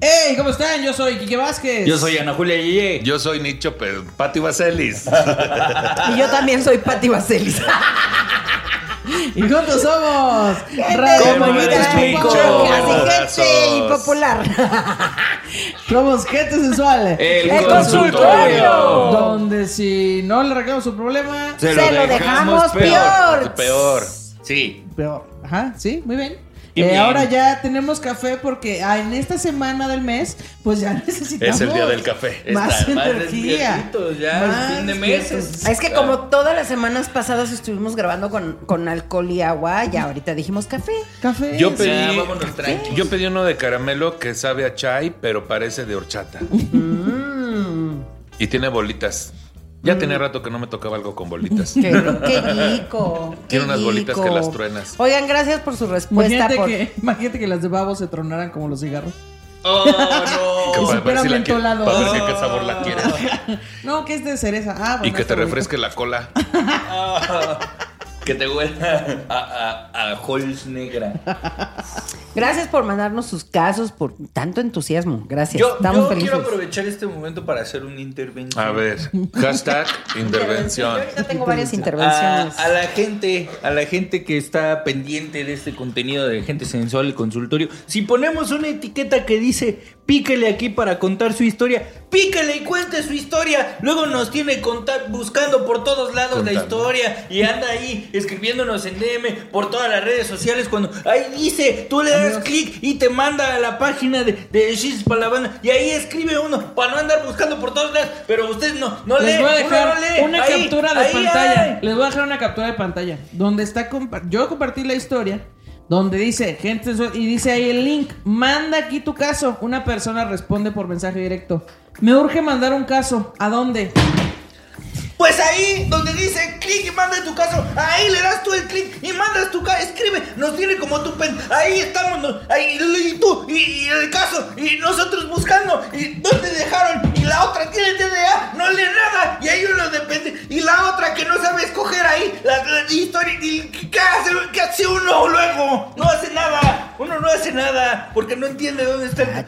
¡Hey! ¿Cómo están? Yo soy Quique Vázquez. Yo soy Ana Julia Yeye. Yo soy Nicho Pe- Pati Vaselis. Y Ah. yo también soy Patti Vaselis. Y juntos somos ¿Cómo me te explico? Así gente Abrazos. y popular. Somos gente sensual. El, El consultorio. consultorio. Donde si no le arreglamos su problema, Se lo dejamos peor. Peor. Sí. peor. Ajá, sí, muy bien. Qué Eh, bien. ahora ya tenemos café porque ah, en esta semana del mes, pues ya necesitamos. Es el día del café. Más Está más energía. despiertitos ya, Más fin de despiertos. meses. Es que como todas las semanas pasadas estuvimos grabando con, con alcohol y agua, ya ahorita dijimos café. Café. Yo Ya, pedí, vámonos tranquilos. yo pedí uno de caramelo que sabe a chai, pero parece de horchata. Mm, Y tiene bolitas. Ya Mm. tenía rato que no me tocaba algo con bolitas. Qué, qué rico. qué Tiene unas bolitas rico. que las truenas. Oigan, gracias por su respuesta. Imagínate, Pues por- que, imagínate que las de babo se tronaran como los cigarros. Oh, Que no. para ver supera si la quiere- mentolado. Ah, para ver si qué sabor la quieres. No, que es de cereza. Ah, bueno, Y que está te bonito. refresque la cola. que te huela a, a, a Halls negra. Gracias por mandarnos sus casos, por tanto entusiasmo. Gracias. Yo, Estamos yo felices. quiero aprovechar este momento para hacer una intervención. A ver, hashtag intervención. Yo ahorita tengo varias A, intervenciones. a la gente, a la gente que está pendiente de este contenido de gente sensual y consultorio, si ponemos una etiqueta que dice pícale aquí para contar su historia, pícale y cuente su historia. Luego nos tiene conta- buscando por todos lados la Contando. historia y anda ahí escribiéndonos en DM por todas las redes sociales. Cuando ahí dice, tú le das clic y te manda a la página de, de Shits para la banda y ahí escribe uno para no andar buscando por todos lados. Pero ustedes no, no Les leen, voy a uno dejar no lee. una Ahí, captura de ahí pantalla. hay. Les voy a dejar una captura de pantalla. Donde está compa- yo compartí la historia. Donde dice gente sensual, y dice ahí el link. Manda aquí tu caso. Una persona responde por mensaje directo. Me urge mandar un caso. ¿A dónde? Pues ahí donde dice clic y manda tu caso, ahí le das tú el clic y mandas tu caso, escribe, nos tiene como tu pen, ahí estamos, no- ahí y tú, y, y el caso, y nosotros buscando, y dónde dejaron, y la otra tiene TDA, no lee nada, y ahí uno depende, y la otra que no sabe escoger ahí, la, la historia, y ¿qué hace, qué hace uno luego? No hace nada, uno no hace nada, porque no entiende dónde está el...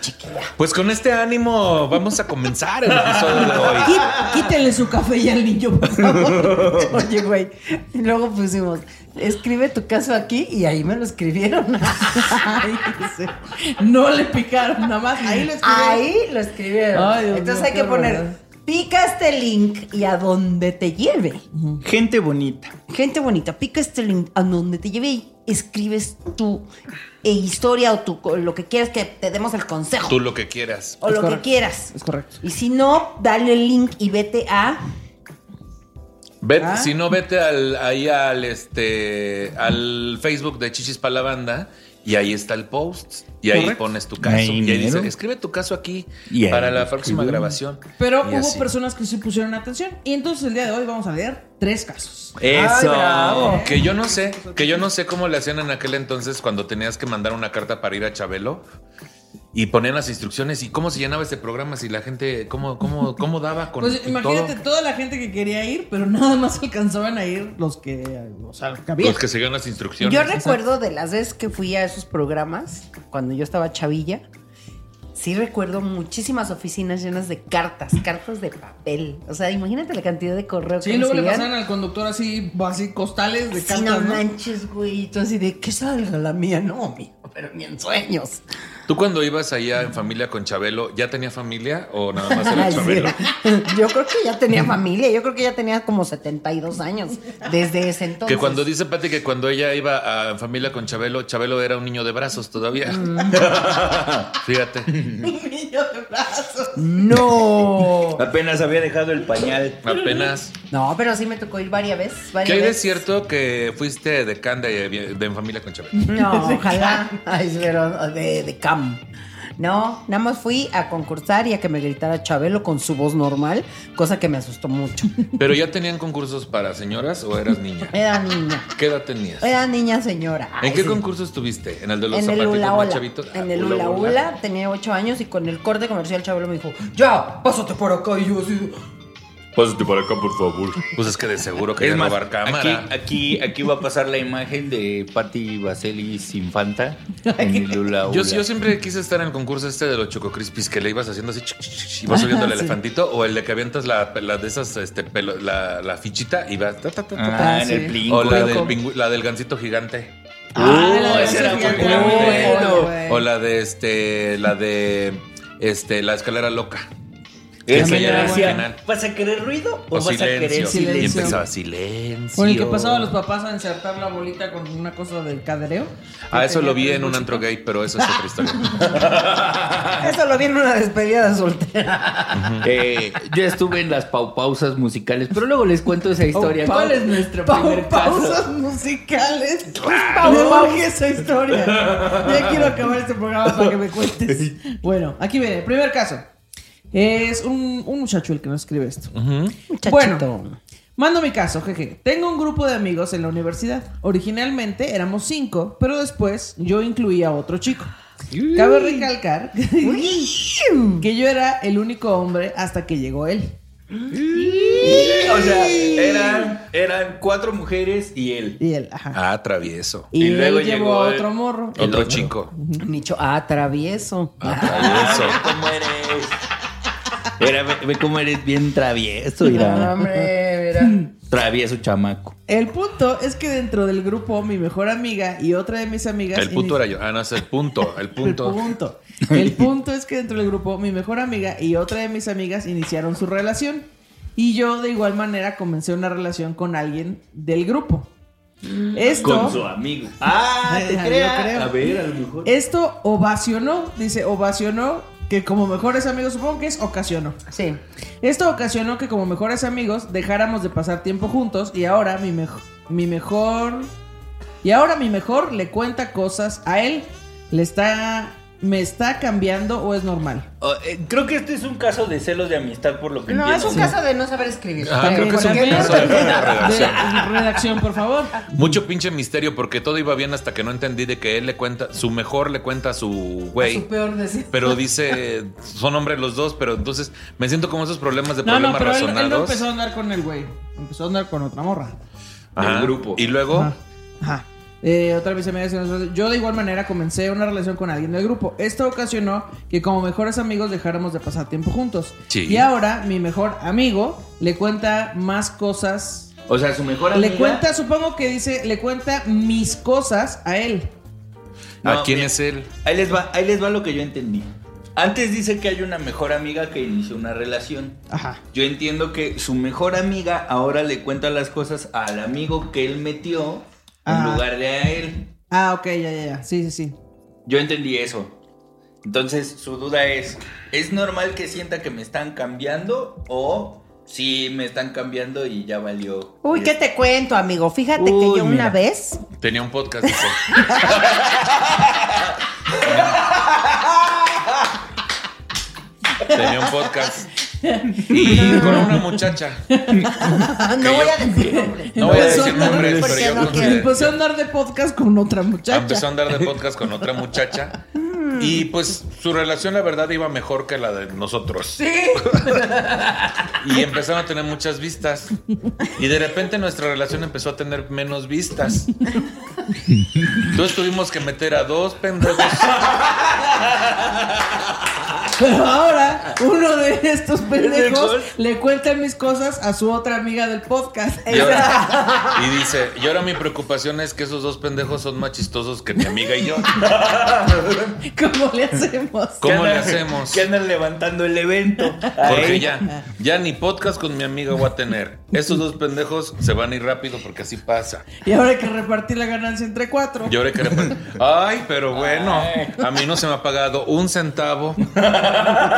Pues con este ánimo vamos a comenzar el episodio de hoy. Quí- Quítenle su café ya al niño, por favor. Oye, güey. Y luego pusimos, escribe tu caso aquí y ahí me lo escribieron. Ay, dice, no le picaron nada más. Ahí lo escribí. ahí lo escribieron. Ay, Dios Entonces mío, hay que qué poner, horror. pica este link y a donde te lleve. Gente bonita. Gente bonita, pica este link a donde te lleve y escribes tu eh, historia o tu, co- lo que quieras que te demos el consejo. Tú lo que quieras. o lo correcto. que quieras. Es correcto. Y si no, dale el link y vete a... Vete- Ah. Si no, vete al, ahí al este al Facebook de Chichis para la banda y ahí está el post. Y ahí Correcto. pones tu caso. Ahí Y ahí dice, mero. escribe tu caso aquí Y ahí para lo la próxima escribo. grabación. Pero Y hubo así. personas que sí pusieron atención. Y entonces el día de hoy vamos a leer tres casos. Eso. Que yo no sé, que yo no sé cómo le hacían en aquel entonces cuando tenías que mandar una carta para ir a Chabelo y ponían las instrucciones y cómo se llenaba ese programa si la gente, cómo, cómo, cómo daba con Pues y imagínate todo. toda la gente que quería ir, pero nada más alcanzaban a ir los que, o sea, los que había. Los que seguían las instrucciones. Yo recuerdo de las veces que fui a esos programas, cuando yo estaba chavilla, sí recuerdo muchísimas oficinas llenas de cartas, cartas de papel. O sea, imagínate la cantidad de correo Sí, que luego le recibían. pasaban al conductor así, así costales de Sí, cartas, no ¿no? manches, güey. Y tú así de que salga la mía, no, mijo, pero ni en sueños. ¿Tú cuando ibas allá en familia con Chabelo, ya tenía familia o nada más era Sí. Chabelo? Yo creo que ya tenía familia, yo creo que ya tenía como 72 años desde ese entonces. Que cuando dice Pati que cuando ella iba a en familia con Chabelo, Chabelo era un niño de brazos todavía. Mm. Fíjate, No. Apenas había dejado el pañal. apenas. No, pero sí me tocó ir varias veces. ¿Qué varias hay de veces. cierto que fuiste decán de, de en familia con Chabelo? No, ojalá. Ay, pero de, de cam. No, nada más fui a concursar y a que me gritara Chabelo con su voz normal, cosa que me asustó mucho. ¿Pero ya tenían concursos para señoras o eras niña? Era niña. ¿Qué edad tenías? Eh, Era niña señora. Ay, ¿En qué sí. concurso estuviste? ¿En el de los En el zapatitos hula más hula. chavitos? Ah, En el hula hula tenía ocho años y con el corte comercial Chabelo me dijo, ya, pásate por acá. Y yo así, Pásate para acá, por favor. Pues es que de seguro que Es más, robar aquí, cámara. aquí, aquí va a pasar la imagen de Patti Vaselis Infanta en el Lula Yo, Ula. yo siempre quise estar en el concurso este de los Choco Crispies que le ibas haciendo así chuc, chuc, chuc, y vas subiendo el sí. elefantito o el de que avientas la, la de esas, este, pelo- la, la fichita y vas. ta, ta, ta, ta, ta. Ah, en sí. el plinco. o la del, pingü- la del gancito gigante. Ah, la Oh, del ese era muy gancito grande. gigante, güey. O la de este, la de este, la escalera loca. Esa También ya era decía, original. ¿Vas a querer ruido o, O vas a querer silencio. silencio? Y empezaba silencio. Con el que oh. pasaban los papás a insertar la bolita con una cosa del cadereo. Ah, eso lo vi en un antro gay, pero eso es otra historia. Ah. Eso lo vi en una despedida de soltera. Eh, yo estuve en las paupausas musicales, pero luego les cuento esa historia. ¿Cuál es nuestro primer paso? Pausas musicales. Pues, Ah, Me urge esa historia. Ya quiero acabar este programa para que me cuentes. Bueno, aquí viene. Primer caso. Es un, un muchacho el que nos escribe esto. Muchachito. Bueno, mando mi caso, jeje. Tengo un grupo de amigos en la universidad. Originalmente éramos cinco, pero después yo incluí a otro chico. Cabe recalcar que yo era el único hombre hasta que llegó él. O sea, eran, eran cuatro mujeres y él. Y él, ajá. Ah, travieso. Y Y, él luego llevó llegó a el- otro morro. El Otro otro. chico. Nicho, ah, travieso. Ah, travieso. ¿Cómo eres? Era, ve, ve cómo eres bien travieso, Ah, No, mira. hombre, mira. Travieso chamaco. El punto es que dentro del grupo, mi mejor amiga y otra de mis amigas. El punto inici- era yo. Ah, no, es el punto. El punto. El punto. El punto es que dentro del grupo, mi mejor amiga y otra de mis amigas iniciaron su relación. Y yo, de igual manera, comencé una relación con alguien del grupo. Esto. Mm. Con su amigo. Ah, te Ah, yo creas. creo. A ver, a lo mejor. Esto ovacionó, dice ovacionó, que como mejores amigos, supongo que es ocasionó. Sí. Esto ocasionó que como mejores amigos dejáramos de pasar tiempo juntos y ahora mi, mej- mi mejor... Y ahora mi mejor le cuenta cosas a él. Le está... ¿Me está cambiando o es normal? Oh, eh, creo que este es un caso de celos de amistad por lo que No, es entiendo. un caso de no saber escribir. Ah, creo que es un También- caso de falta de redacción. De- redacción, por favor. Mucho pinche misterio porque todo iba bien hasta que no entendí de que él le cuenta, su mejor le cuenta a su güey. Su peor deseo. Pero dice, son hombres los dos, pero entonces me siento como esos problemas de No, no, problemas pero él, él no razonados. empezó a andar con el güey. Empezó a andar con otra morra. Ajá. del grupo. Y luego, Ajá. Ajá. Eh, otra vez se me hace una- Yo de igual manera comencé una relación con alguien del grupo. Esto ocasionó que como mejores amigos dejáramos de pasar tiempo juntos. Sí. Y ahora mi mejor amigo le cuenta más cosas. O sea, su mejor amiga. Le cuenta, supongo que dice, le cuenta mis cosas a él. ¿a No, quién mira, es él? Ahí les va, ahí les va lo que yo entendí. Antes dice que hay una mejor amiga que inició una relación. Ajá. Yo entiendo que su mejor amiga ahora le cuenta las cosas al amigo que él metió Ah. en lugar de a él. Ah, ok, ya, ya, ya. Sí, sí, sí. Yo entendí eso. Entonces, su duda es, ¿es normal que sienta que me están cambiando o si me están cambiando y ya valió? Este, Uy, ¿qué te cuento, amigo? Fíjate Uy, que yo una mira. vez Tenía un podcast, dice. Tenía un podcast. Y con una muchacha. no voy a decir nombres. No voy a Empezó decir a andar- nombres, pero porque yo no creo quiero. que- Empezó a andar de podcast con otra muchacha. Empezó a andar de podcast con otra muchacha. Mm. Y pues su relación, la verdad, iba mejor que la de nosotros. Sí. y empezaron a tener muchas vistas. Y de repente nuestra relación empezó a tener menos vistas. Entonces tuvimos que meter a dos pendejos. Pero ahora uno de estos pendejos Pendejos. le cuenta mis cosas a su otra amiga del podcast. Y ahora- y dice, y ahora mi preocupación es que esos dos pendejos son más chistosos que mi amiga y yo. ¿Cómo le hacemos? ¿Cómo Que le andan- hacemos? Que andan levantando el evento. Porque Ahí. ya, ya ni podcast con mi amiga voy a tener. Estos dos pendejos se van a ir rápido porque así pasa. Y ahora hay que repartir la ganancia entre cuatro. Yo ahora que le pon- Ay, pero bueno, a mí no se me ha pagado un centavo.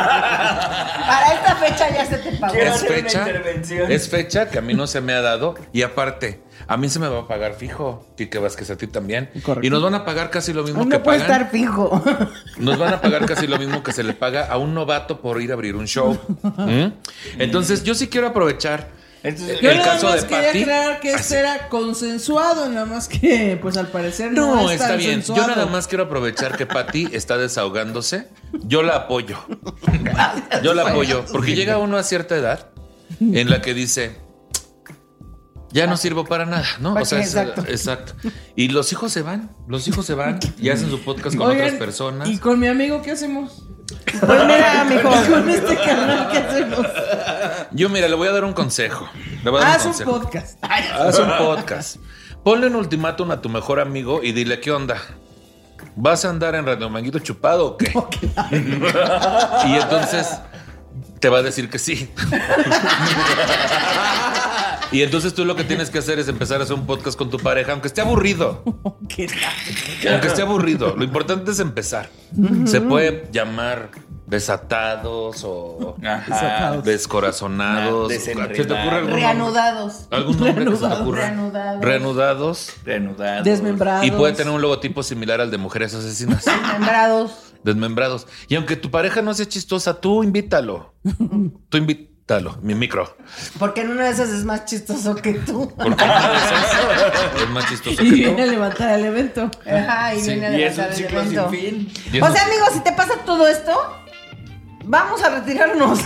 Para esta fecha ya se te pagó. Quiero Es hacer una fecha. intervención. Es fecha que a mí no se me ha dado. Y aparte, a mí se me va a pagar fijo. Y que Vázquez a ti también. Correcto. Y nos van a pagar casi lo mismo que Uno puede pagan. estar fijo. Nos van a pagar casi lo mismo que se le paga a un novato por ir a abrir un show. ¿Mm? Entonces, yo sí quiero aprovechar. Entonces, Yo el nada caso más de quería Patty. aclarar que esto era consensuado, nada más que, pues al parecer no, No, es está tan bien. Yo sensuado. nada más quiero aprovechar que Patty está desahogándose. Yo la apoyo. Yo la apoyo. Porque llega uno a cierta edad en la que dice. Ya no sirvo para nada, ¿no? ¿Para O sea, qué? es- Exacto. exacto. Y los hijos se van, los hijos se van y hacen su podcast con Oigan, otras personas. ¿Y con mi amigo qué hacemos? Pues mira, mijo. Con este canal qué hacemos? Yo, mira, le voy a dar un consejo. Le voy a dar Haz Ah, un un consejo. podcast. Haz un podcast. Ponle un ultimátum a tu mejor amigo y dile, ¿qué onda? ¿Vas a andar en Radio Manguito chupado o qué? y entonces te va a decir que sí. y entonces tú lo que tienes que hacer es empezar a hacer un podcast con tu pareja, aunque esté aburrido. aunque esté aburrido. Lo importante es empezar. Se puede llamar desatados o Ajá. descorazonados. ¿Se Desenredados. te ocurre algún nombre? Reanudados. ¿Algún nombre que se te Reanudados. ocurra? Reanudados. Reanudados. Reanudados. Desmembrados. Y puede tener un logotipo similar al de mujeres asesinas. Sembrados. Desmembrados. Y aunque tu pareja no sea chistosa, tú invítalo. Tú invítalo. Mi micro. Porque en una de esas es más chistoso que tú. Porque una de esas es más chistoso Y que tú. viene a levantar el evento. Ajá, y Sí, viene a Y es levantar un el ciclo evento. sin fin. Y es O un- sea, amigos, si te pasa todo esto, vamos a retirarnos.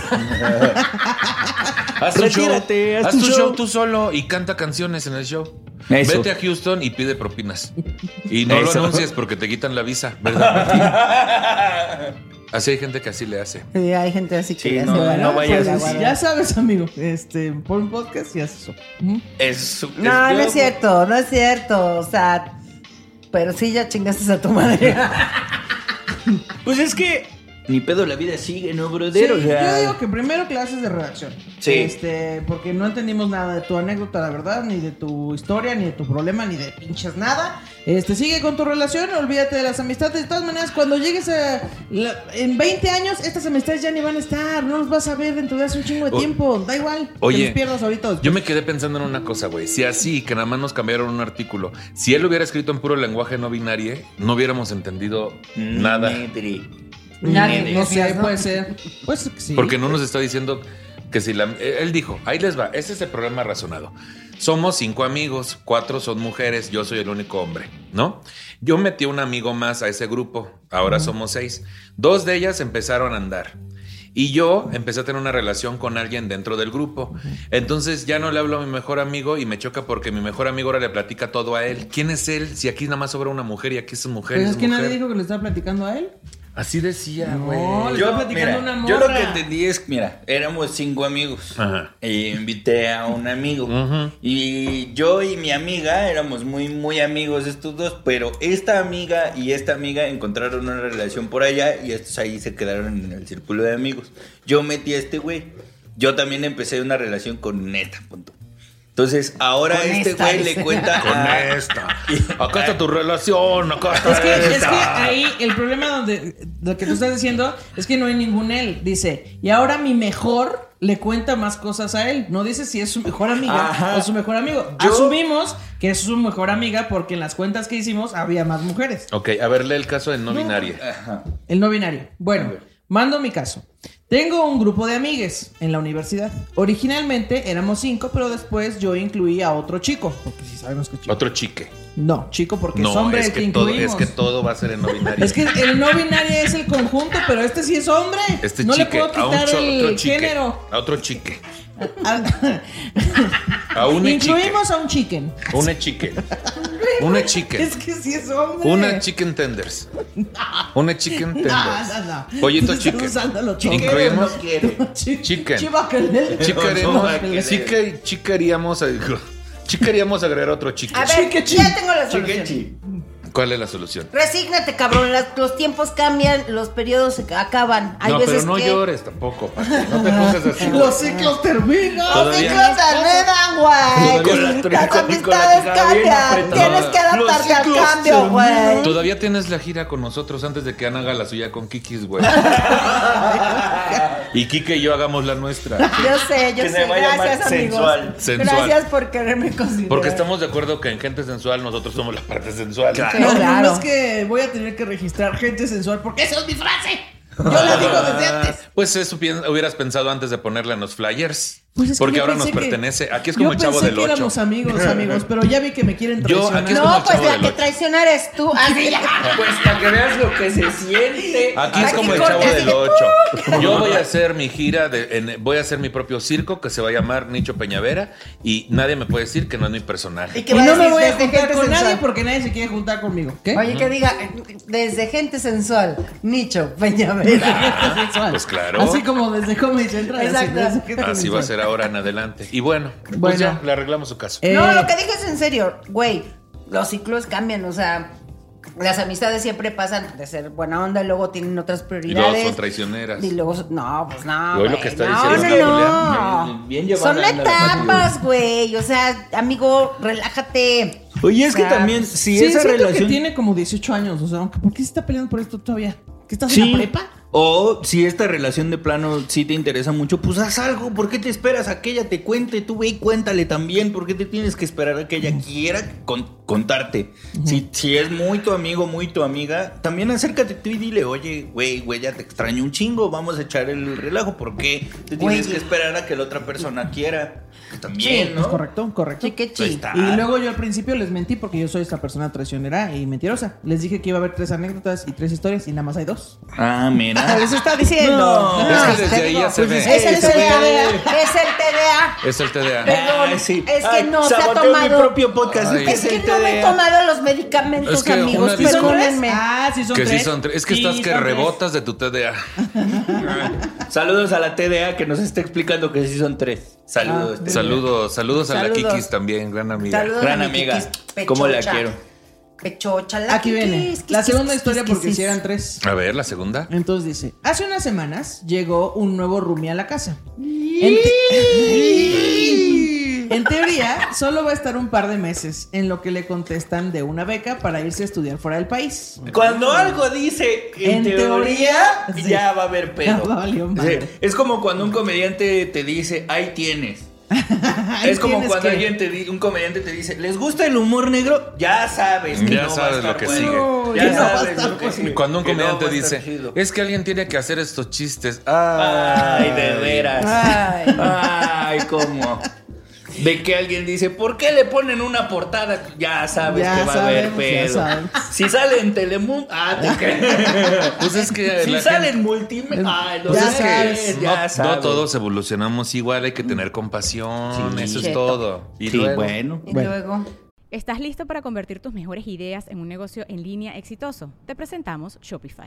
haz tu show. Retírate, Haz tu show tú solo y canta canciones en el show. Eso. Vete a Houston y pide propinas. Y no Eso. lo anuncies porque te quitan la visa, ¿verdad? Así hay gente que así le hace. Sí, hay gente así que Sí, le hace no, valor, no pues, vayas la a- guarda. Ya sabes, amigo, este, pon un podcast y haz eso. Es, es- No, no yo- es cierto, no es cierto. O sea, pero sí ya chingaste a tu madre. Pues es que ni pedo la vida sigue, ¿no, brother? O Sí, sea, Yo digo que primero clases de redacción. Sí. Este, porque no entendimos nada de tu anécdota, la verdad, ni de tu historia, ni de tu problema, ni de pinches nada. Este, sigue con tu relación, olvídate de las amistades. De todas maneras, cuando llegues a. la- en 20 años, estas amistades ya ni van a estar. No los vas a ver dentro de hace un chingo de O- tiempo. Da igual. Que Oye, los pierdas ahorita. o después. Yo me quedé pensando en una cosa, güey. Si así, que nada más nos cambiaron un artículo, si él lo hubiera escrito en puro lenguaje no binario, no hubiéramos entendido nada. Nedri. Nadie, No decías, sé, ¿no? puede ser. Pues sí. Porque no nos está diciendo que si la... eh, Él dijo, ahí les va, este es el programa razonado. Somos cinco amigos, cuatro son mujeres, yo soy el único hombre, ¿no? Yo metí un amigo más a ese grupo, ahora somos seis. Dos de ellas empezaron a andar. Y yo empecé a tener una relación con alguien dentro del grupo. Entonces ya no le hablo a mi mejor amigo y me choca porque mi mejor amigo ahora le platica todo a él. ¿Quién es él? Si aquí nada más sobra una mujer y aquí es mujer. Pero Pues es es que nadie mujer. dijo que le estaba platicando a él. Así decía, güey. No, le estaba platicando a una yo lo morra. que entendí es que, mira, éramos cinco amigos. Ajá. Y invité a un amigo. Ujú. Y yo y mi amiga éramos muy, muy amigos estos dos. Pero esta amiga y esta amiga encontraron una relación por allá. Y estos ahí se quedaron en el círculo de amigos. Yo metí a este güey. Yo también empecé una relación con esta, punto. Entonces, ahora Con este esta, güey le dice. cuenta Con a- esta. Acá está Ah. tu relación, acá está Es que, es que esta. ahí el problema donde lo que tú estás diciendo es que no hay ningún él. Dice, y ahora mi mejor le cuenta más cosas a él. No dice si es su mejor amiga Ajá. o su mejor amigo. Yo- Asumimos que es su mejor amiga porque en las cuentas que hicimos había más mujeres. Ok, a ver, lee el caso del no, binario. Ajá. El no binario. Bueno, mando mi caso. Tengo un grupo de amigues en la universidad. Originalmente éramos cinco, pero después yo incluí a otro chico. Porque si sabemos que chico. Otro chique. No, chico, porque es No, hombre es el que, que, todo, incluimos. es que todo va a ser en no binario. Es que el no binario es el conjunto, pero este sí es hombre. este no chique, le puedo a un quitar cho- otro el chique, género. A otro chique. A- A un chique. Incluimos a un chicken. Un chique. Una chicken. Es que sí es hombre. Una chicken tenders. Una chicken tenders. No, no, no. Pollito Están chicken. usando lo chicken. Incluimos. No quiere. Chi- Chicken. Chivacanel. Chicaremos. No, no, no. chica- chicaríamos a- chicaríamos agregar otro chicken. Ah. A ver, Chiqui, ya tengo la solución. Chiquechi. ¿Cuál es la solución? Resígnate, cabrón. las- los tiempos cambian, los periodos se acaban. Hay no, veces pero no que... llores tampoco, Pati. No te pongas así. Los ciclos terminan. Todavía- nueva, güey. Con la- con la- Las con la amistades tijera bien cambian. apretada. Tienes que adaptarte Los al ciclos cambio, güey. Todavía tienes la gira con nosotros antes de que Ana haga la suya con Kikis, güey. y Kike y yo hagamos la nuestra. Yo sé, yo Que sé. se vaya Gracias, más amigos. sensual. Sensual. Gracias por quererme considerar. Porque estamos de acuerdo que en gente sensual nosotros somos la parte sensual. Sí, No, no, claro. no, es que voy a tener que registrar gente sensual porque esa es mi frase. Yo la digo desde antes. Pues eso pien- hubieras pensado antes de ponerla en los flyers. Pues es que porque yo ahora nos pensé que- pertenece. Aquí es como el chavo Yo del pensé que 8. éramos amigos, amigos, pero ya vi que me quieren Yo, traicionar. aquí es como el No, pues Chavo la del que Ocho. traiciona eres tú. Así ya. Pues para que veas lo que se siente. Aquí es Aquí como el corta, chavo así del de, 8. Yo voy a hacer mi gira, de- en- voy a hacer mi propio circo que se va a llamar Nicho Peñavera y nadie me puede decir que no es mi personaje. Y Y que va no me decir, voy a desde juntar gente con nadie sensual. porque nadie se quiere juntar conmigo. ¿Eh? ¿Qué? Oye, que diga, desde gente sensual, Nicho, Peñavera. Sensual. pues claro. Así como desde Comedy Central. así, Exacto. desde gente Así va a sensual. ser ahora en adelante. Y bueno, pues Bueno. ya le arreglamos su caso. Eh, No, lo que dije es en serio, güey. Los ciclos cambian, o sea, las amistades siempre pasan de ser buena onda y luego tienen otras y luego son prioridades. traicioneras. Y luego, son- no, pues no. Hoy lo güey, que está no, diciendo es no, que no. bien llevada Son anda la etapas, güey. O sea, amigo, relájate. Oye, es O que sea, también, si sí, esa siento relación. que tiene como 18 años. O sea, aunque, ¿por qué se está peleando por esto todavía? ¿Que estás en Sí. la prepa? O si esta relación de plano sí te interesa mucho, pues haz algo. ¿Por qué te esperas a que ella te cuente? Tú ve y cuéntale también. ¿Por qué te tienes que esperar a que ella quiera con- contarte? si, si es muy tu amigo, muy tu amiga, también acércate tú y dile, oye, güey, güey, ya te extraño un chingo. Vamos a echar el relajo. ¿Por qué te tienes Güey. que esperar a que la otra persona quiera? Sí, También, ¿no? Eh, Es correcto, correcto. Ahí Chiquechi. está. Y luego yo al principio les mentí porque yo soy esta persona traicionera y mentirosa. Les dije que iba a haber tres anécdotas y tres historias y nada más hay dos. Ah, mira. Les está diciendo. No. es Ah, que desde te ahí digo, ya se pues ve. es Es el Ese güey. TDA. Es el TDA. Es el TDA. Perdón, Ah, sí. es que Ay, no se ha saboteo mi tomado- propio podcast. Ay. Es que no me he TDA. tomado los medicamentos, Es que amigos. una disco- Perdónenme. Ah, sí son Que sí tres. son tres. Es que Sí, estás que son tres. rebotas de tu TDA. Saludos a la TDA que nos está explicando que sí son tres. Saludos. TDA. Ah, Saludos, saludos a la Saludos. Kikis también, gran amiga. Saludos Gran a mi amiga. Kikis ¿Cómo la pechocha. quiero? Pechocha. la Aquí viene. Kikis, La kis, segunda kis, historia kis, porque kis. si eran tres. A ver, la segunda. Entonces dice, hace unas semanas llegó un nuevo roomie a la casa. En, te- En teoría, solo va a estar un par de meses, en lo que le contestan de una beca para irse a estudiar fuera del país. Cuando algo dice en, En teoría, teoría, sí. ya va a haber pedo. Ya valió madre. Sí, Es como cuando un comediante te dice, ahí tienes. es como tienes cuando que- alguien te di- un comediante te dice, ¿les gusta el humor negro? Ya sabes. que Ya no va a sabes estar lo que bueno. sigue. Ya No, ya sabes no va a lo que estar sigue. Cuando un Que no comediante va a estar dice, chido. es que alguien tiene que hacer estos chistes. Ah, Ay, de veras. Ay. Ay, cómo. De que alguien dice, ¿por qué le ponen una portada? Ya sabes Ya que va a haber sabemos, ya pedo. sabes. Si sale en Telemundo, ah, te crees. Pues es que Si la sale gente- en multimedia, ah, lo Ya pues es Mm. que sabes, no, ya no sabes. todos evolucionamos igual, hay que tener compasión, Sí. eso es Cheto. todo. Y Sí, luego- bueno. Y Bueno. luego. ¿Estás listo para convertir tus mejores ideas en un negocio en línea exitoso? Te presentamos Shopify.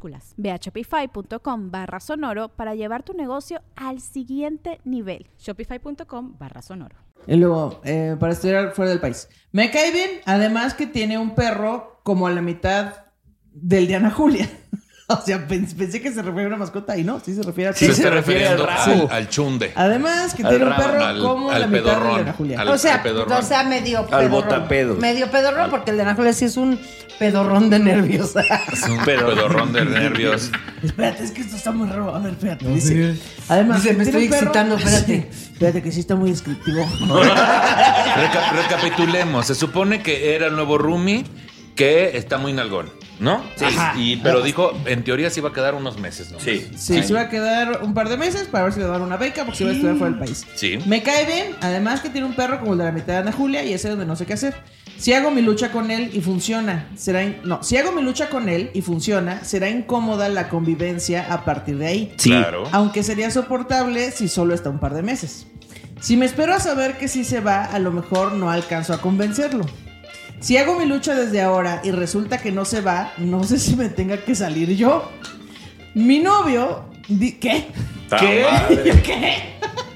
Ve a shopify.com barra sonoro para llevar tu negocio al siguiente nivel. Shopify.com barra sonoro. Y luego, eh, para estudiar fuera del país. Me cae bien, además que tiene un perro como a la mitad del de Ana Julia. O sea, pens- pensé que se refiere a una mascota y no, sí se refiere a Se perros. está refiere al Ah. refiriendo rabo. al, al chunde. Además, que Al tiene un rabo, perro al- como al la mitad pedorrón, de la Julia. al- o sea, pedorrón. o sea, medio pedorrón. Al botapedo. Medio pedorrón, porque el de Anápolis sí es un pedorrón de nervios. Es un Pero- pedorrón de nervios. Espérate, es que esto está muy raro. A ver, espérate. Dice, además, Dice, me tiene estoy un perro- excitando, espérate. Sí, espérate, que sí está muy descriptivo. Reca- recapitulemos. Se supone que era el nuevo Rumi que está muy nalgón, ¿no? Sí. Y, pero dijo, en teoría se iba a quedar unos meses, ¿no? Sí. Sí, se va a quedar un par de meses para ver si le dan una beca porque se va a estudiar fuera del país. Sí. Me cae bien, además que tiene un perro como el de la mitad de Ana Julia y ese es donde no sé qué hacer. Si hago mi lucha con él y funciona, será... in- No, si hago mi lucha con él y funciona, será incómoda la convivencia a partir de ahí. Sí. Claro. Aunque sería soportable si solo está un par de meses. Si me espero a saber que sí se va, a lo mejor no alcanzo a convencerlo. Si hago mi lucha desde ahora y resulta que no se va, no sé si me tenga que salir yo. Mi novio... di- ¿Qué? ¿Qué?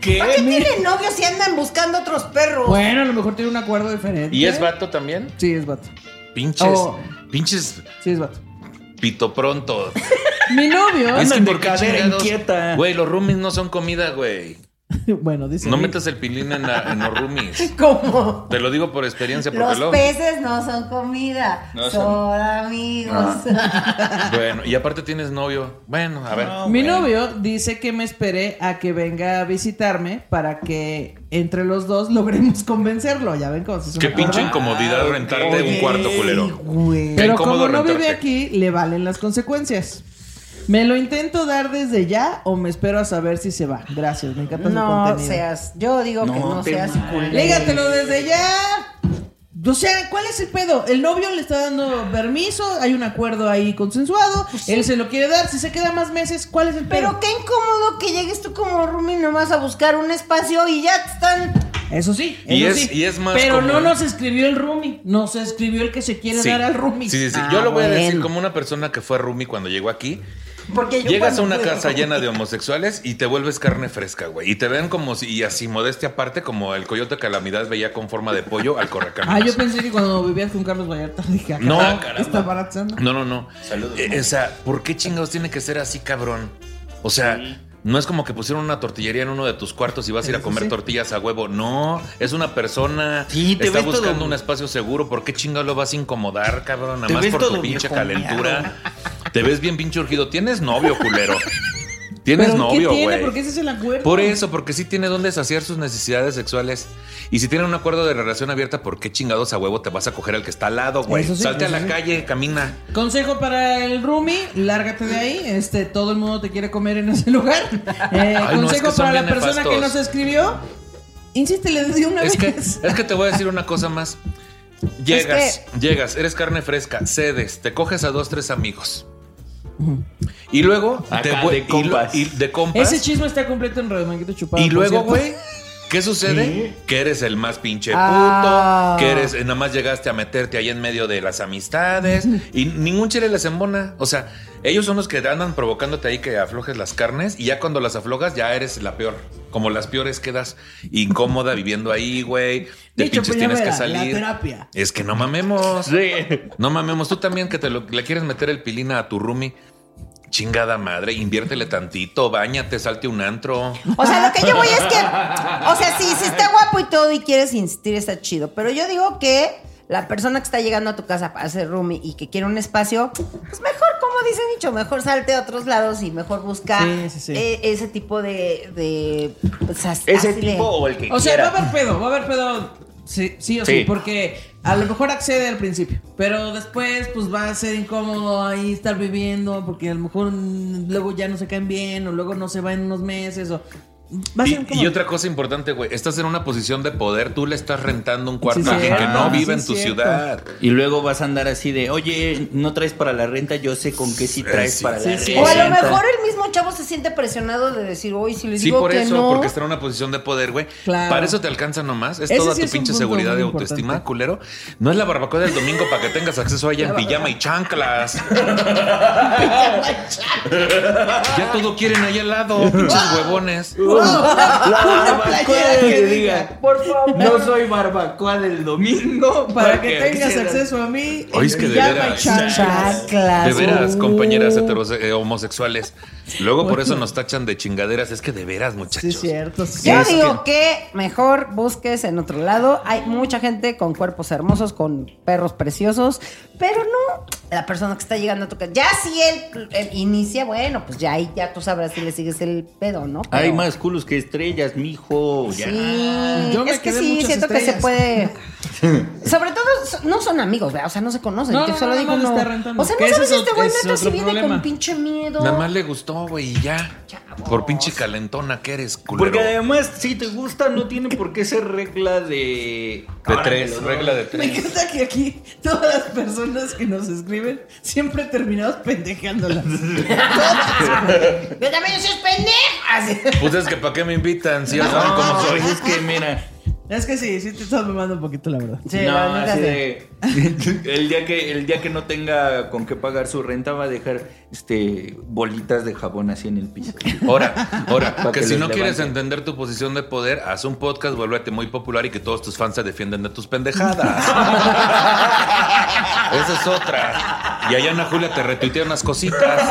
¿Qué tiene novio si andan buscando otros perros? Bueno, a lo mejor tiene un acuerdo diferente. ¿Y es vato también? Sí, es vato. Pinches. Oh. Pinches Sí, es vato. pito pronto. Mi novio... Es- que de ¿por qué cadera chingados? inquieta. Güey, los roomies no son comida, güey. bueno, dice... No metas el pilín en, la- en los roomies. Como Te lo digo por experiencia, porque los luego- peces no son comida, No son, son- amigos. Bueno, y aparte tienes novio. Ah, Bueno, a ver. No. Mi bueno. novio dice que me espere a que venga a visitarme para que entre los dos logremos convencerlo. Ya ven cómo se hizo Qué una pinche cosa. incomodidad Ah, rentarte ok. un cuarto culero. Güey. Qué Pero incómodo como no vive rentarte. aquí, le valen las consecuencias. ¿Me lo intento dar desde ya o me espero a saber si se va? Gracias, me encanta su No contenido. seas, yo digo que No no te seas mames. culero. Lígatelo desde ya. O sea, ¿cuál es el pedo? El novio le está dando permiso, hay un acuerdo ahí consensuado, él se lo quiere dar, si se queda más meses, ¿cuál es el pedo? Pues Pero qué incómodo que llegues tú como Rumi nomás a buscar un espacio y ya te están. Eso sí, Y eso sí. es- y es más Pero no común. nos escribió el roomie, nos escribió el que se quiere Sí. dar al roomie. Sí, sí, sí. Ah, Yo lo voy a decir bueno. como una persona que fue Rumi cuando llegó aquí. Porque yo Llegas a una cuando fui- casa llena de homosexuales y te vuelves carne fresca, güey. Y te ven como si, y así modestia aparte, como el coyote calamidad veía con forma de pollo al correcaminos. Ah, yo pensé que cuando vivías con Carlos Vallarta dije, ah, No, caramba, caramba. está baratizando. No, no, no. Saludos, Eh, mamá. o sea, ¿por qué chingados tiene que ser así, cabrón? O sea, no es como que pusieron una tortillería en uno de tus cuartos y vas a ir a Eso comer sí. tortillas a huevo. No, es una persona. Sí, te está ves todo- buscando un espacio seguro. ¿Por qué chingados lo vas a incomodar, cabrón? Nada Te más ves por tu todo pinche viejo calentura. Te ves bien pinche urgido. Tienes novio, culero. Tienes ¿Pero novio, ¿Qué tiene? güey. Porque ese es el acuerdo. Por eso, porque sí tiene dónde saciar sus necesidades sexuales. Y si tienen un acuerdo de relación abierta, ¿por qué chingados a huevo te vas a coger al que está al lado, güey? Eso sí, Salte a eso la sí. calle, camina. Consejo para el roomie, lárgate de ahí. Este, todo el mundo te quiere comer en ese lugar. Eh, Ay, no, es consejo que son para la bien persona que nefastos. nos escribió. Insístele desde una Es que, vez. es que te voy a decir una cosa más. Llegas, llegas, eres carne fresca, cedes, te coges a dos, tres amigos. Y luego Acá te vue- de y lo- compas. Y, de compas. Ese chisme está completo en Radio Manguito Chupado. y por luego, cierto. güey, ¿qué sucede? Que eres el más pinche puto, Ah. que eres, eh, nada más llegaste a meterte ahí en medio de las amistades y ningún chile les embona. O sea, ellos son los que andan provocándote ahí que aflojes las carnes y ya cuando las aflojas ya eres la peor. Como las peores quedas incómoda viviendo ahí, güey. De Dicho pinches tienes Peñavera, que pues, la salir. terapia. Es que no mamemos. Sí. No mamemos. Tú también que te lo- le quieres meter el pilina a tu roomie. Chingada madre, inviértele tantito, bañate, salte un antro. O sea, lo que yo voy es que. O sea, sí, sí está guapo y todo y quieres insistir, está chido. Pero yo digo que la persona que está llegando a tu casa para hacer roomie y que quiere un espacio, pues mejor, como dice Nicho, mejor salte a otros lados y mejor busca Sí, sí, sí. eh, ese tipo de. de pues, as- Ese así de- tipo o el que O sea, quiera. va a haber pedo, va a haber pedo. Sí, sí o sí. Sí. porque a lo mejor accede al principio, pero después pues va a ser incómodo ahí estar viviendo, porque a lo mejor mm, luego ya no se caen bien, o luego no se va en unos meses, o va a ser Y, incómodo. y otra cosa importante, güey, estás en una posición de poder, tú le estás rentando un cuarto Sí, Ah, a alguien que cierto. no vive Sí, en tu cierto. ciudad. Y luego vas a andar así de, oye, no traes para la renta, yo sé con qué sí traes sí, para sí, la sí. O renta. a lo mejor el mismo chavo se siente presionado de decir, uy, si les Sí, digo por que eso, no. porque está en una posición de poder, güey. Claro. Para eso te alcanza nomás. Es Ese toda sí tu es un pinche punto seguridad muy de autoestima, importante. culero. No es la barbacoa del domingo para que tengas acceso a ella en pijama y chanclas. ya todo quieren ahí al lado, pinches huevones. La playera barbacoa que que diga, diga. por favor. No soy barbacoa del domingo. Para Para que que tengas quisieras. acceso a mí. Oye, es en que de pijama y veras. chanclas. Chanclas. De veras, Uh. compañeras heterose- eh, homosexuales. Luego por eso nos tachan de chingaderas. Es que de veras, Sí, muchachos. es cierto. sí. Yo Es digo que mejor busques en otro lado. Hay mucha gente con cuerpos hermosos, con perros preciosos, pero no la persona que está llegando a tu casa. Ya si él eh, inicia, bueno, pues ya ahí ya tú sabrás si le sigues el pedo, ¿no? Pero- Hay más culos que estrellas, mijo. Ya. Sí, Yo me es que quedé sí, muchas siento que se estrellas. puede. Sobre todo, so- no son amigos, ¿verdad? O sea, no se conocen. No, Yo no, solo no, digo, no, le no. está rentando. O sea, Que no ese sabes es si este otro- güey ese es neta si otro viene problema. con pinche miedo. Nada más le gustó, güey, y ya. Chavos. Por pinche calentona que eres, culero. Porque además, si te gusta, no tiene por qué ser regla de. De tres, regla de Me tres. encanta que aquí todas las personas que nos escriben siempre terminamos pendejándolas. Yo también soy pendejo. Pues es que ¿para qué me invitan? Si ya saben No, cómo soy. pues es que mira. es que sí, sí te estás mamando un poquito, la verdad. Sí, no, la neta así sí. de- el, día que, el día que no tenga con qué pagar su renta, va a dejar este, bolitas de jabón así en el piso. Ahora, ahora, Pa' que que si los no quieres levanten. entender tu posición de poder, haz un podcast, vuélvete muy popular y que todos tus fans se defiendan de tus pendejadas. Esa es otra. Y allá Ana Julia te retuitea unas cositas.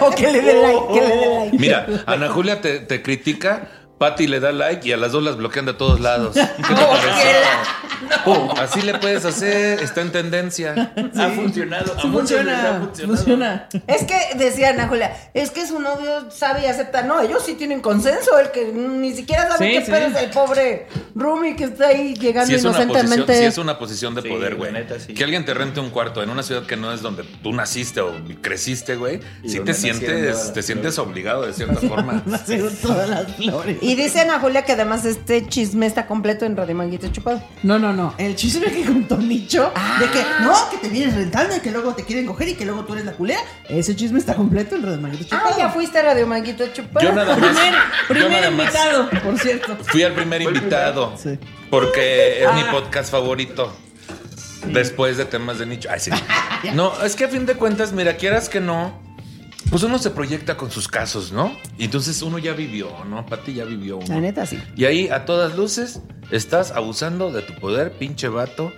o que le dé like, que le Oh, dé like. Mira, Ana Julia te, te critica, Patty le da like y a las dos las bloquean de todos lados. ¿Qué te parece? Oh, así le puedes hacer, está en tendencia. Ha funcionado. a Sí, muchos les funciona, ha funcionado. funciona. Es que decía Ana Julia, es que su novio sabe y acepta. No, ellos sí tienen consenso. El que ni siquiera sabe Sí, qué sí. pedo es el pobre Rumi que está ahí llegando Si es, una posición, inocentemente. sí es una posición de Sí, poder, güey. la neta, sí. Que alguien te rente un cuarto en una ciudad que no es donde tú naciste o creciste, güey. Y Sí donde te nacieron todas sientes, las te sientes flores. obligado de cierta forma. Según todas las flores. Y dice Ana Julia que además este chisme está completo en Radio Manguito Chupado. No, no, no. El chisme que contó Nicho de que no, que te vienes rentando y que luego te quieren coger y que luego tú eres la culera. Ese chisme está completo en Red Manguito Ah, Chupado. ya fuiste a Radio Manguito Chupado. Yo nada más. Primer, yo primer nada más invitado, por cierto. Fui al primer invitado. Sí. Porque es mi podcast favorito. Después de temas de nicho. Ay, sí. No, es que a fin de cuentas, mira, quieras que no. Pues uno se proyecta con sus casos, ¿no? Y entonces uno ya vivió, ¿no? Pati ya vivió uno. La neta, sí. Y ahí, a todas luces, estás abusando de tu poder, pinche vato,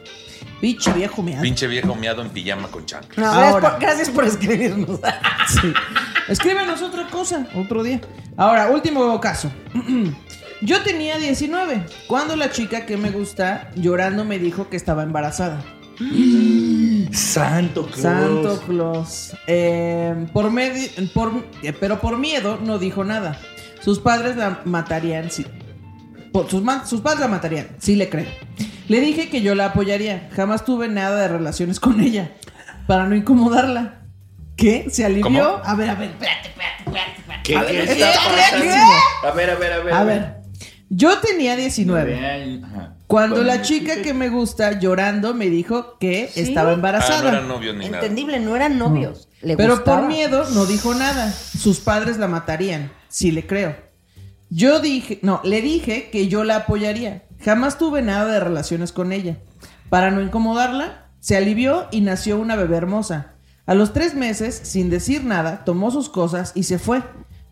Pinche viejo meado. pinche viejo miado en pijama con chancla. No, Ahora. gracias por, gracias por escribirnos. Sí. Escríbenos otra cosa, otro día. Ahora, último caso. Yo tenía 19 cuando la chica que me gusta llorando me dijo que estaba embarazada. Santo Claus. Santo Claus. Eh, por medi- por- eh, pero por miedo no dijo nada. Sus padres la matarían si. por- sus, ma- sus padres la matarían, sí le creo. Le dije que yo la apoyaría. Jamás tuve nada de relaciones con ella. Para no incomodarla. ¿Qué? ¿Se alivió? ¿Cómo? A ver, a ver, espérate, espérate, espérate, espérate. ¿Qué, A ver, qué esto está está pasando? rarísimo. A ver, a ver, a ver. A ver, yo tenía 19. Vean, ajá. Cuando la me chica dijiste- que me gusta llorando me dijo que estaba Ah, no embarazada. eran novios ni nada. Entendible, no eran novios. Le Pero gustaba. por miedo no dijo nada. Sus padres la matarían, si le creo. Yo dije, no, le dije que yo la apoyaría. Jamás tuve nada de relaciones con ella. Para no incomodarla, se alivió y nació una bebé hermosa. A los tres meses, sin decir nada, tomó sus cosas y se fue.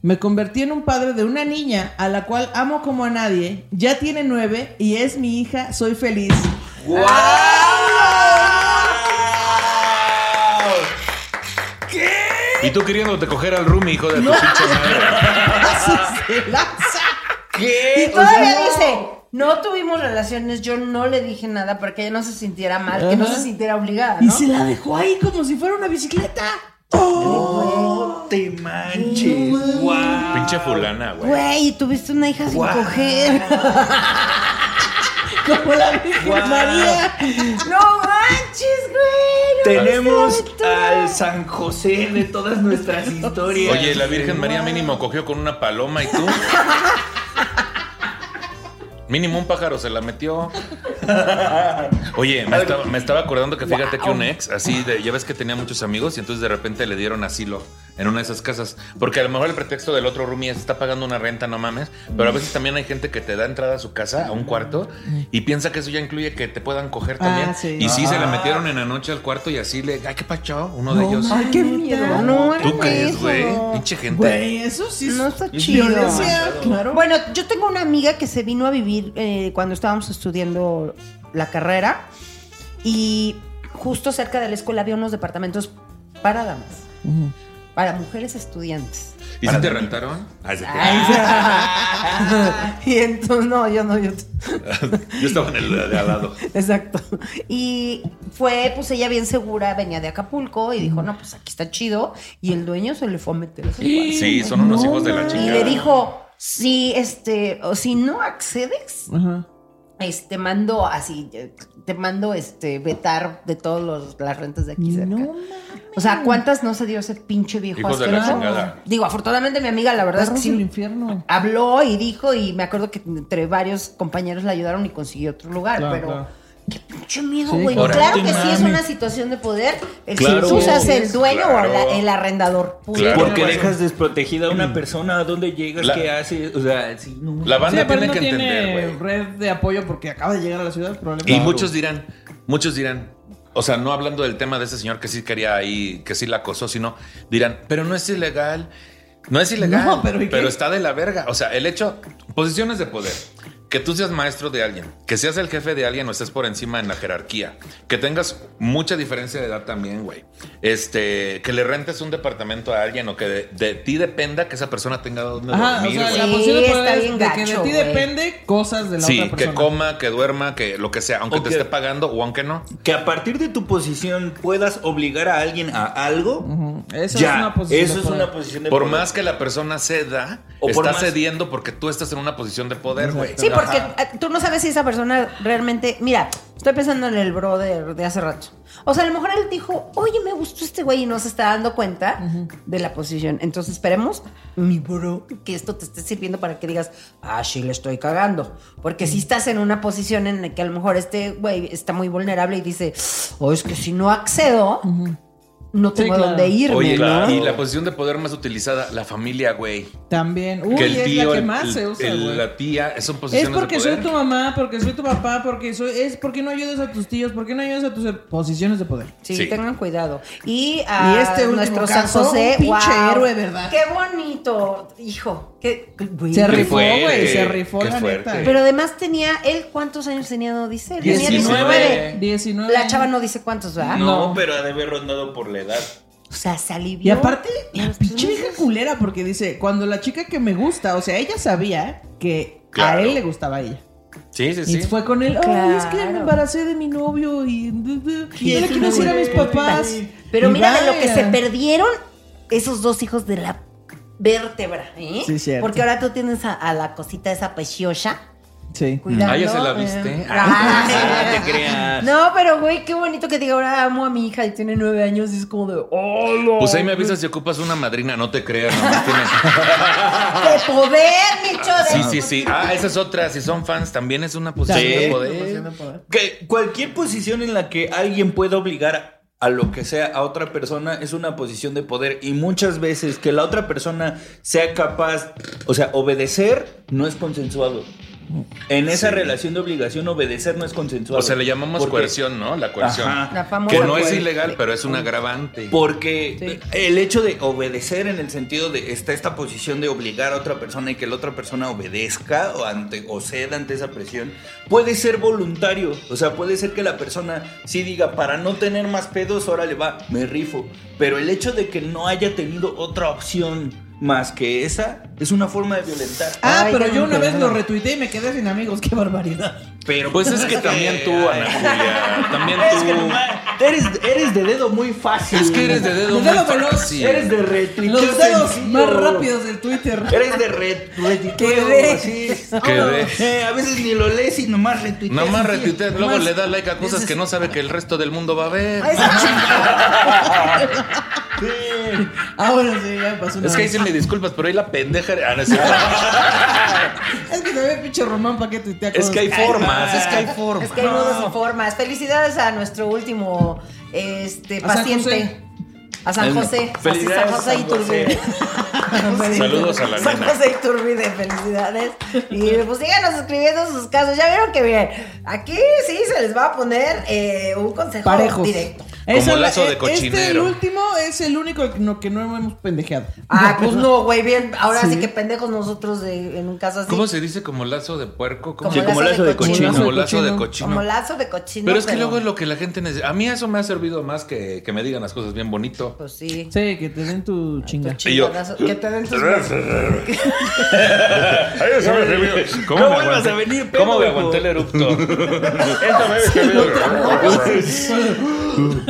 Me convertí en un padre de una niña a la cual amo como a nadie. Ya tiene nueve y es mi hija. Soy feliz. ¡Guau! ¡Ah! Y tú queriéndote coger al roomie, hijo de tu pinche madre. Se lanza. Y todavía dice, no tuvimos relaciones, yo no le dije nada para que ella no se sintiera mal, que no Ajá. se sintiera obligada, Y ¿no? se la dejó ahí como si fuera una bicicleta. ¡No te manches! ¡Guau! Pinche fulana, güey. Güey, y tuviste una hija sin Guau. coger. Como la Virgen Guau. María. no manches, güey. no Tenemos manches, la aventura. al San José de todas nuestras historias. Oye, la Virgen María mínimo cogió con una paloma y tú. Mínimo un pájaro se la metió. Oye, me estaba, me estaba acordando que fíjate que un ex, así de, ya ves que tenía muchos amigos y entonces de repente le dieron asilo. en una de esas casas. Porque a lo mejor el pretexto del otro roomie es está pagando una renta, no mames. Pero a veces también hay gente que te da entrada a su casa, a un cuarto, y piensa que eso ya incluye que te puedan coger Ah, también. sí. Y sí, se la metieron en la noche al cuarto y así le. ¡Ay, qué pacho! Uno de No ellos. mames. Ay, qué miedo. No, ¿Tú hagan crees, eso. güey? Pinche gente. Güey, eso sí es- No está es chido. violencia, claro. Bueno, yo tengo una amiga que se vino a vivir eh, cuando estábamos estudiando la carrera y justo cerca de la escuela había unos departamentos para damas, para mujeres estudiantes. ¿Y si te rentaron? Ay, sí. y entonces, no, yo no, yo... Yo estaba en el de al lado. Exacto. Y fue, pues ella bien segura, venía de Acapulco y dijo, no, pues aquí está chido. Y el dueño se le fue a meter a su cuarto. Sí, son unos hijos de la Y chingada. le dijo, si este, o si no accedes, Ajá. este mando así, eh, te mando este vetar de todas las rentas de aquí cerca. o sea, ¿cuántas no se dio ese pinche viejo Hijos de la asqueroso? chingada. Digo, afortunadamente mi amiga, la verdad es que Perros del sí, infierno. habló y dijo y me acuerdo que entre varios compañeros la ayudaron y consiguió otro lugar, Claro, pero claro. qué pinche miedo, Sí, güey. claro. claro Órale, que sí es mami. una situación de poder. El Claro. si usas el dueño o Claro. la- el arrendador. Claro. Puta. Porque güey. dejas desprotegida a una persona, ¿a dónde llegas? Mm. La- ¿Qué haces? O sea, sí, no. La banda Sí, pero tiene no que tiene entender, güey. red de apoyo porque acaba de llegar a la ciudad, probablemente. Y muchos dirán, muchos dirán, o sea, no hablando del tema de ese señor que sí quería ahí, que sí la acosó, sino dirán, pero no es ilegal, no es ilegal, No, pero pero, ¿y qué? está de la verga. O sea, el hecho, posiciones de poder. Que tú seas maestro de alguien, que seas el jefe de alguien o estés por encima en la jerarquía, que tengas mucha diferencia de edad también, güey. Este, que le rentes un departamento a alguien o que de, de ti dependa que esa persona tenga donde Ajá, o dormir, sea, güey. la Sí, posición de está poder es bien de que de gacho, ti güey. depende cosas de la Sí, otra persona. que coma, que duerma, que lo que sea, aunque O te que- esté pagando o aunque no. Que a partir de tu posición puedas obligar a alguien a algo. Ujú. Eso ya, es una posición Eso de es poder. una posición de Por poder. más que la persona ceda, O por está más- cediendo porque tú estás en una posición de poder, güey. Sí, porque Ajá. eh, tú no sabes si esa persona realmente. Mira, estoy pensando en el brother de hace rato. O sea, a lo mejor él dijo, oye, me gustó este güey y no se está dando cuenta de la posición. Entonces esperemos, mi bro, que esto te esté sirviendo para que digas, ah, sí, le estoy cagando. Porque si estás en una posición en la que a lo mejor este güey está muy vulnerable y dice, oh, es que si no accedo, no Sí, tengo claro. dónde irme. Oye, ¿no? y la posición de poder más utilizada, la familia, güey. También. Uy, que el es tío, la que el- más se el- usa, el- güey. la tía, son Es posiciones porque de soy poder. tu mamá, porque soy tu papá, porque soy es porque no ayudas a tus tíos, porque no ayudas a tus posiciones de poder. Sí, Sí. tengan cuidado. Y a Y este último nuestro San caso, José, un pinche guau, héroe, ¿verdad? Qué bonito, hijo. Qué, güey. Se rifó, fuerte, güey, se rifó qué la fuerte. neta. Pero además tenía, él cuántos años tenía, no dice. Él Tenía 19. 19. 19. La chava no dice cuántos, ¿verdad? No, Ah, No. pero ha de haber rondado por la edad. O sea, se alivió. Y aparte, la Los pinche tres vieja meses. culera, porque dice, cuando la chica que me gusta, o sea, ella sabía que Claro. a él le gustaba a ella. Sí, sí, Y sí. fue con él, ay, Claro. es que me embaracé de mi novio y... Y él Sí, le quiero decir a mis güey. papás. Pero Y mira de lo que vaya. se perdieron esos dos hijos de la vértebra, ¿eh? Sí, cierto. Porque ahora tú tienes a, a la cosita esa preciosa. Sí. cuidando. Ah, ya se la eh, viste. ah, No te creas. No, pero güey, qué bonito que diga, ahora amo a mi hija y tiene nueve años y es como de, ¡oh, no! Pues ahí me avisas si ocupas una madrina, no te creas. nomás tienes- ¡De poder, bicho! Sí, De... sí, sí. Ah, esa es otra. Si son fans, también es una posición Sí. de Posición poder. de poder. Que cualquier posición en la que alguien pueda obligar a lo que sea a otra persona es una posición de poder y muchas veces que la otra persona sea capaz, o sea, obedecer no es consensuado. En esa relación de obligación obedecer no es consensuado. O sea, le llamamos Porque- coerción, ¿no? La coerción. Ajá. La famosa Que no es cuer- ilegal, pero es un agravante. Porque Sí. el hecho de obedecer en el sentido de está esta posición de obligar a otra persona y que la otra persona obedezca o, ante, o ceda ante esa presión, puede ser voluntario. O sea, puede ser que la persona sí diga, para no tener más pedos, ahora le va, me rifo. Pero el hecho de que no haya tenido otra opción más que esa es una forma de violentar. Ah, Ay, pero qué yo una vez bonito. lo retuiteé y me quedé sin amigos. ¡Qué barbaridad! Pero Pues es que también tú, Ana Julia. También Es que tú. nomás- eres, eres de dedo muy fácil. Es que eres de dedo De dedo muy veloz. fácil. Eres de retuiteo Los dedos sencillo. más rápidos del Twitter. Eres de red, este retuiteo, de- así. Que de- Eh, a veces ni lo lees y nomás retuiteas. Nada más así. retuitea, luego Nomás- le da like a cosas que no sabe que el resto del mundo va a ver. A esa chica. Ahora sí, ya pasó una Es que ahí vez. sí me disculpas, pero ahí la pendeja. Ah, no es cierto. Es que también pinche Román para que tuitea Es que hay cosas. formas, es que hay formas. Es que hay modos y formas. Felicidades a nuestro último este, A San paciente. José. A A San José. Así, San Felicidades, José San José. Iturbide. Saludos a la San nena. José Iturbide, felicidades. Y pues síganos escribiendo sus casos. Ya vieron que bien. Aquí sí se les va a poner eh, un consejo Parejos. directo. Como es la- lazo de eh, Este, el cochinero. último, es el único que no, que no hemos pendejeado. Ah, pues no, güey, bien. Ahora sí, Sí. que pendejos nosotros de- en un caso así. ¿Cómo se dice como lazo de puerco? ¿Cómo Como Sí, se- como lazo de cochino. Como lazo de Como cochino. lazo de cochino. Pero es que luego es lo que la gente necesita. A mí eso me ha servido más que, que me digan las cosas bien bonito. Pues sí. Sí, que te den tu chinga. Y yo- Chingadazo. Que te den sus... ¿Cómo No me vuelvas aguanté- a venir, ¿Cómo me pendejo? aguanté el erupto? Esta vez que me- Casi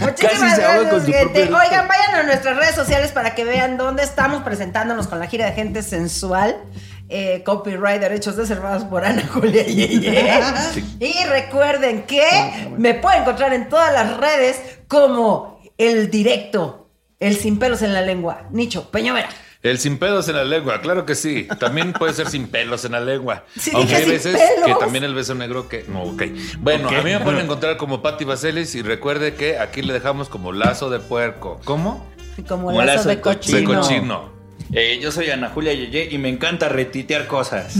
Muchísimas se ahoga con gracias, su gente. propio erupto. Oigan, vayan a nuestras redes sociales para que vean dónde estamos presentándonos con la gira de gente sensual. eh, copyright, derechos reservados por Ana Julia Yeye. Y recuerden que me pueden encontrar en todas las redes como el directo, el sin pelos en la lengua, Nicho Peñavera. El sin pedos en la lengua, claro que sí. También puede ser sin pelos en la lengua. Sí, Aunque dije hay sin veces pelos. que también el beso negro que. No, ok. Bueno, a mí me pueden encontrar como Patti Vaselis y recuerde que aquí le dejamos como lazo de puerco. ¿Cómo? Como, Como lazos de cochino. De cochino. Eh, yo soy Ana Julia Yeye y me encanta retitear cosas.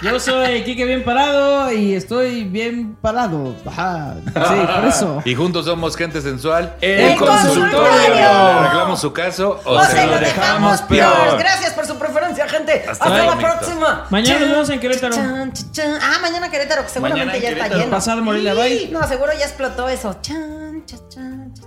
Yo soy Kike Bien Parado y estoy bien parado. Ajá. Sí, por eso. Y juntos somos gente sensual. ¡El consultorio! Le arreglamos su caso o, O se, lo dejamos peor. Gracias por su preferencia, gente. Hasta, Hasta la luego. próxima. Mañana nos Chan, vemos en Querétaro. chan, chan, chan. Ah, mañana Querétaro, que seguramente Mañana en ya está Querétaro. lleno. Pasado Morelia, Sí, bye. No, seguro ya explotó eso. Chan, chan, chan, chan.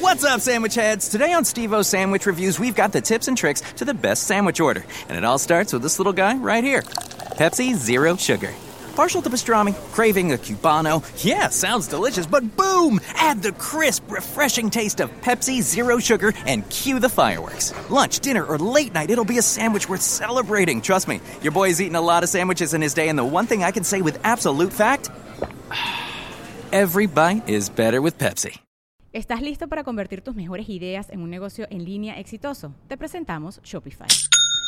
What's up, sandwich heads? Today on Steve O's Sandwich Reviews, we've got the tips and tricks to the best sandwich order. And it all starts with this little guy right here Pepsi Zero Sugar. Partial to pastrami, craving a cubano. Yeah, sounds delicious, but boom! Add the crisp, refreshing taste of Pepsi Zero Sugar and cue the fireworks. Lunch, dinner, or late night, it'll be a sandwich worth celebrating. Trust me, your boy's eaten a lot of sandwiches in his day, and the one thing I can say with absolute fact every bite is better with Pepsi. ¿Estás listo para convertir tus mejores ideas en un negocio en línea exitoso? Te presentamos Shopify.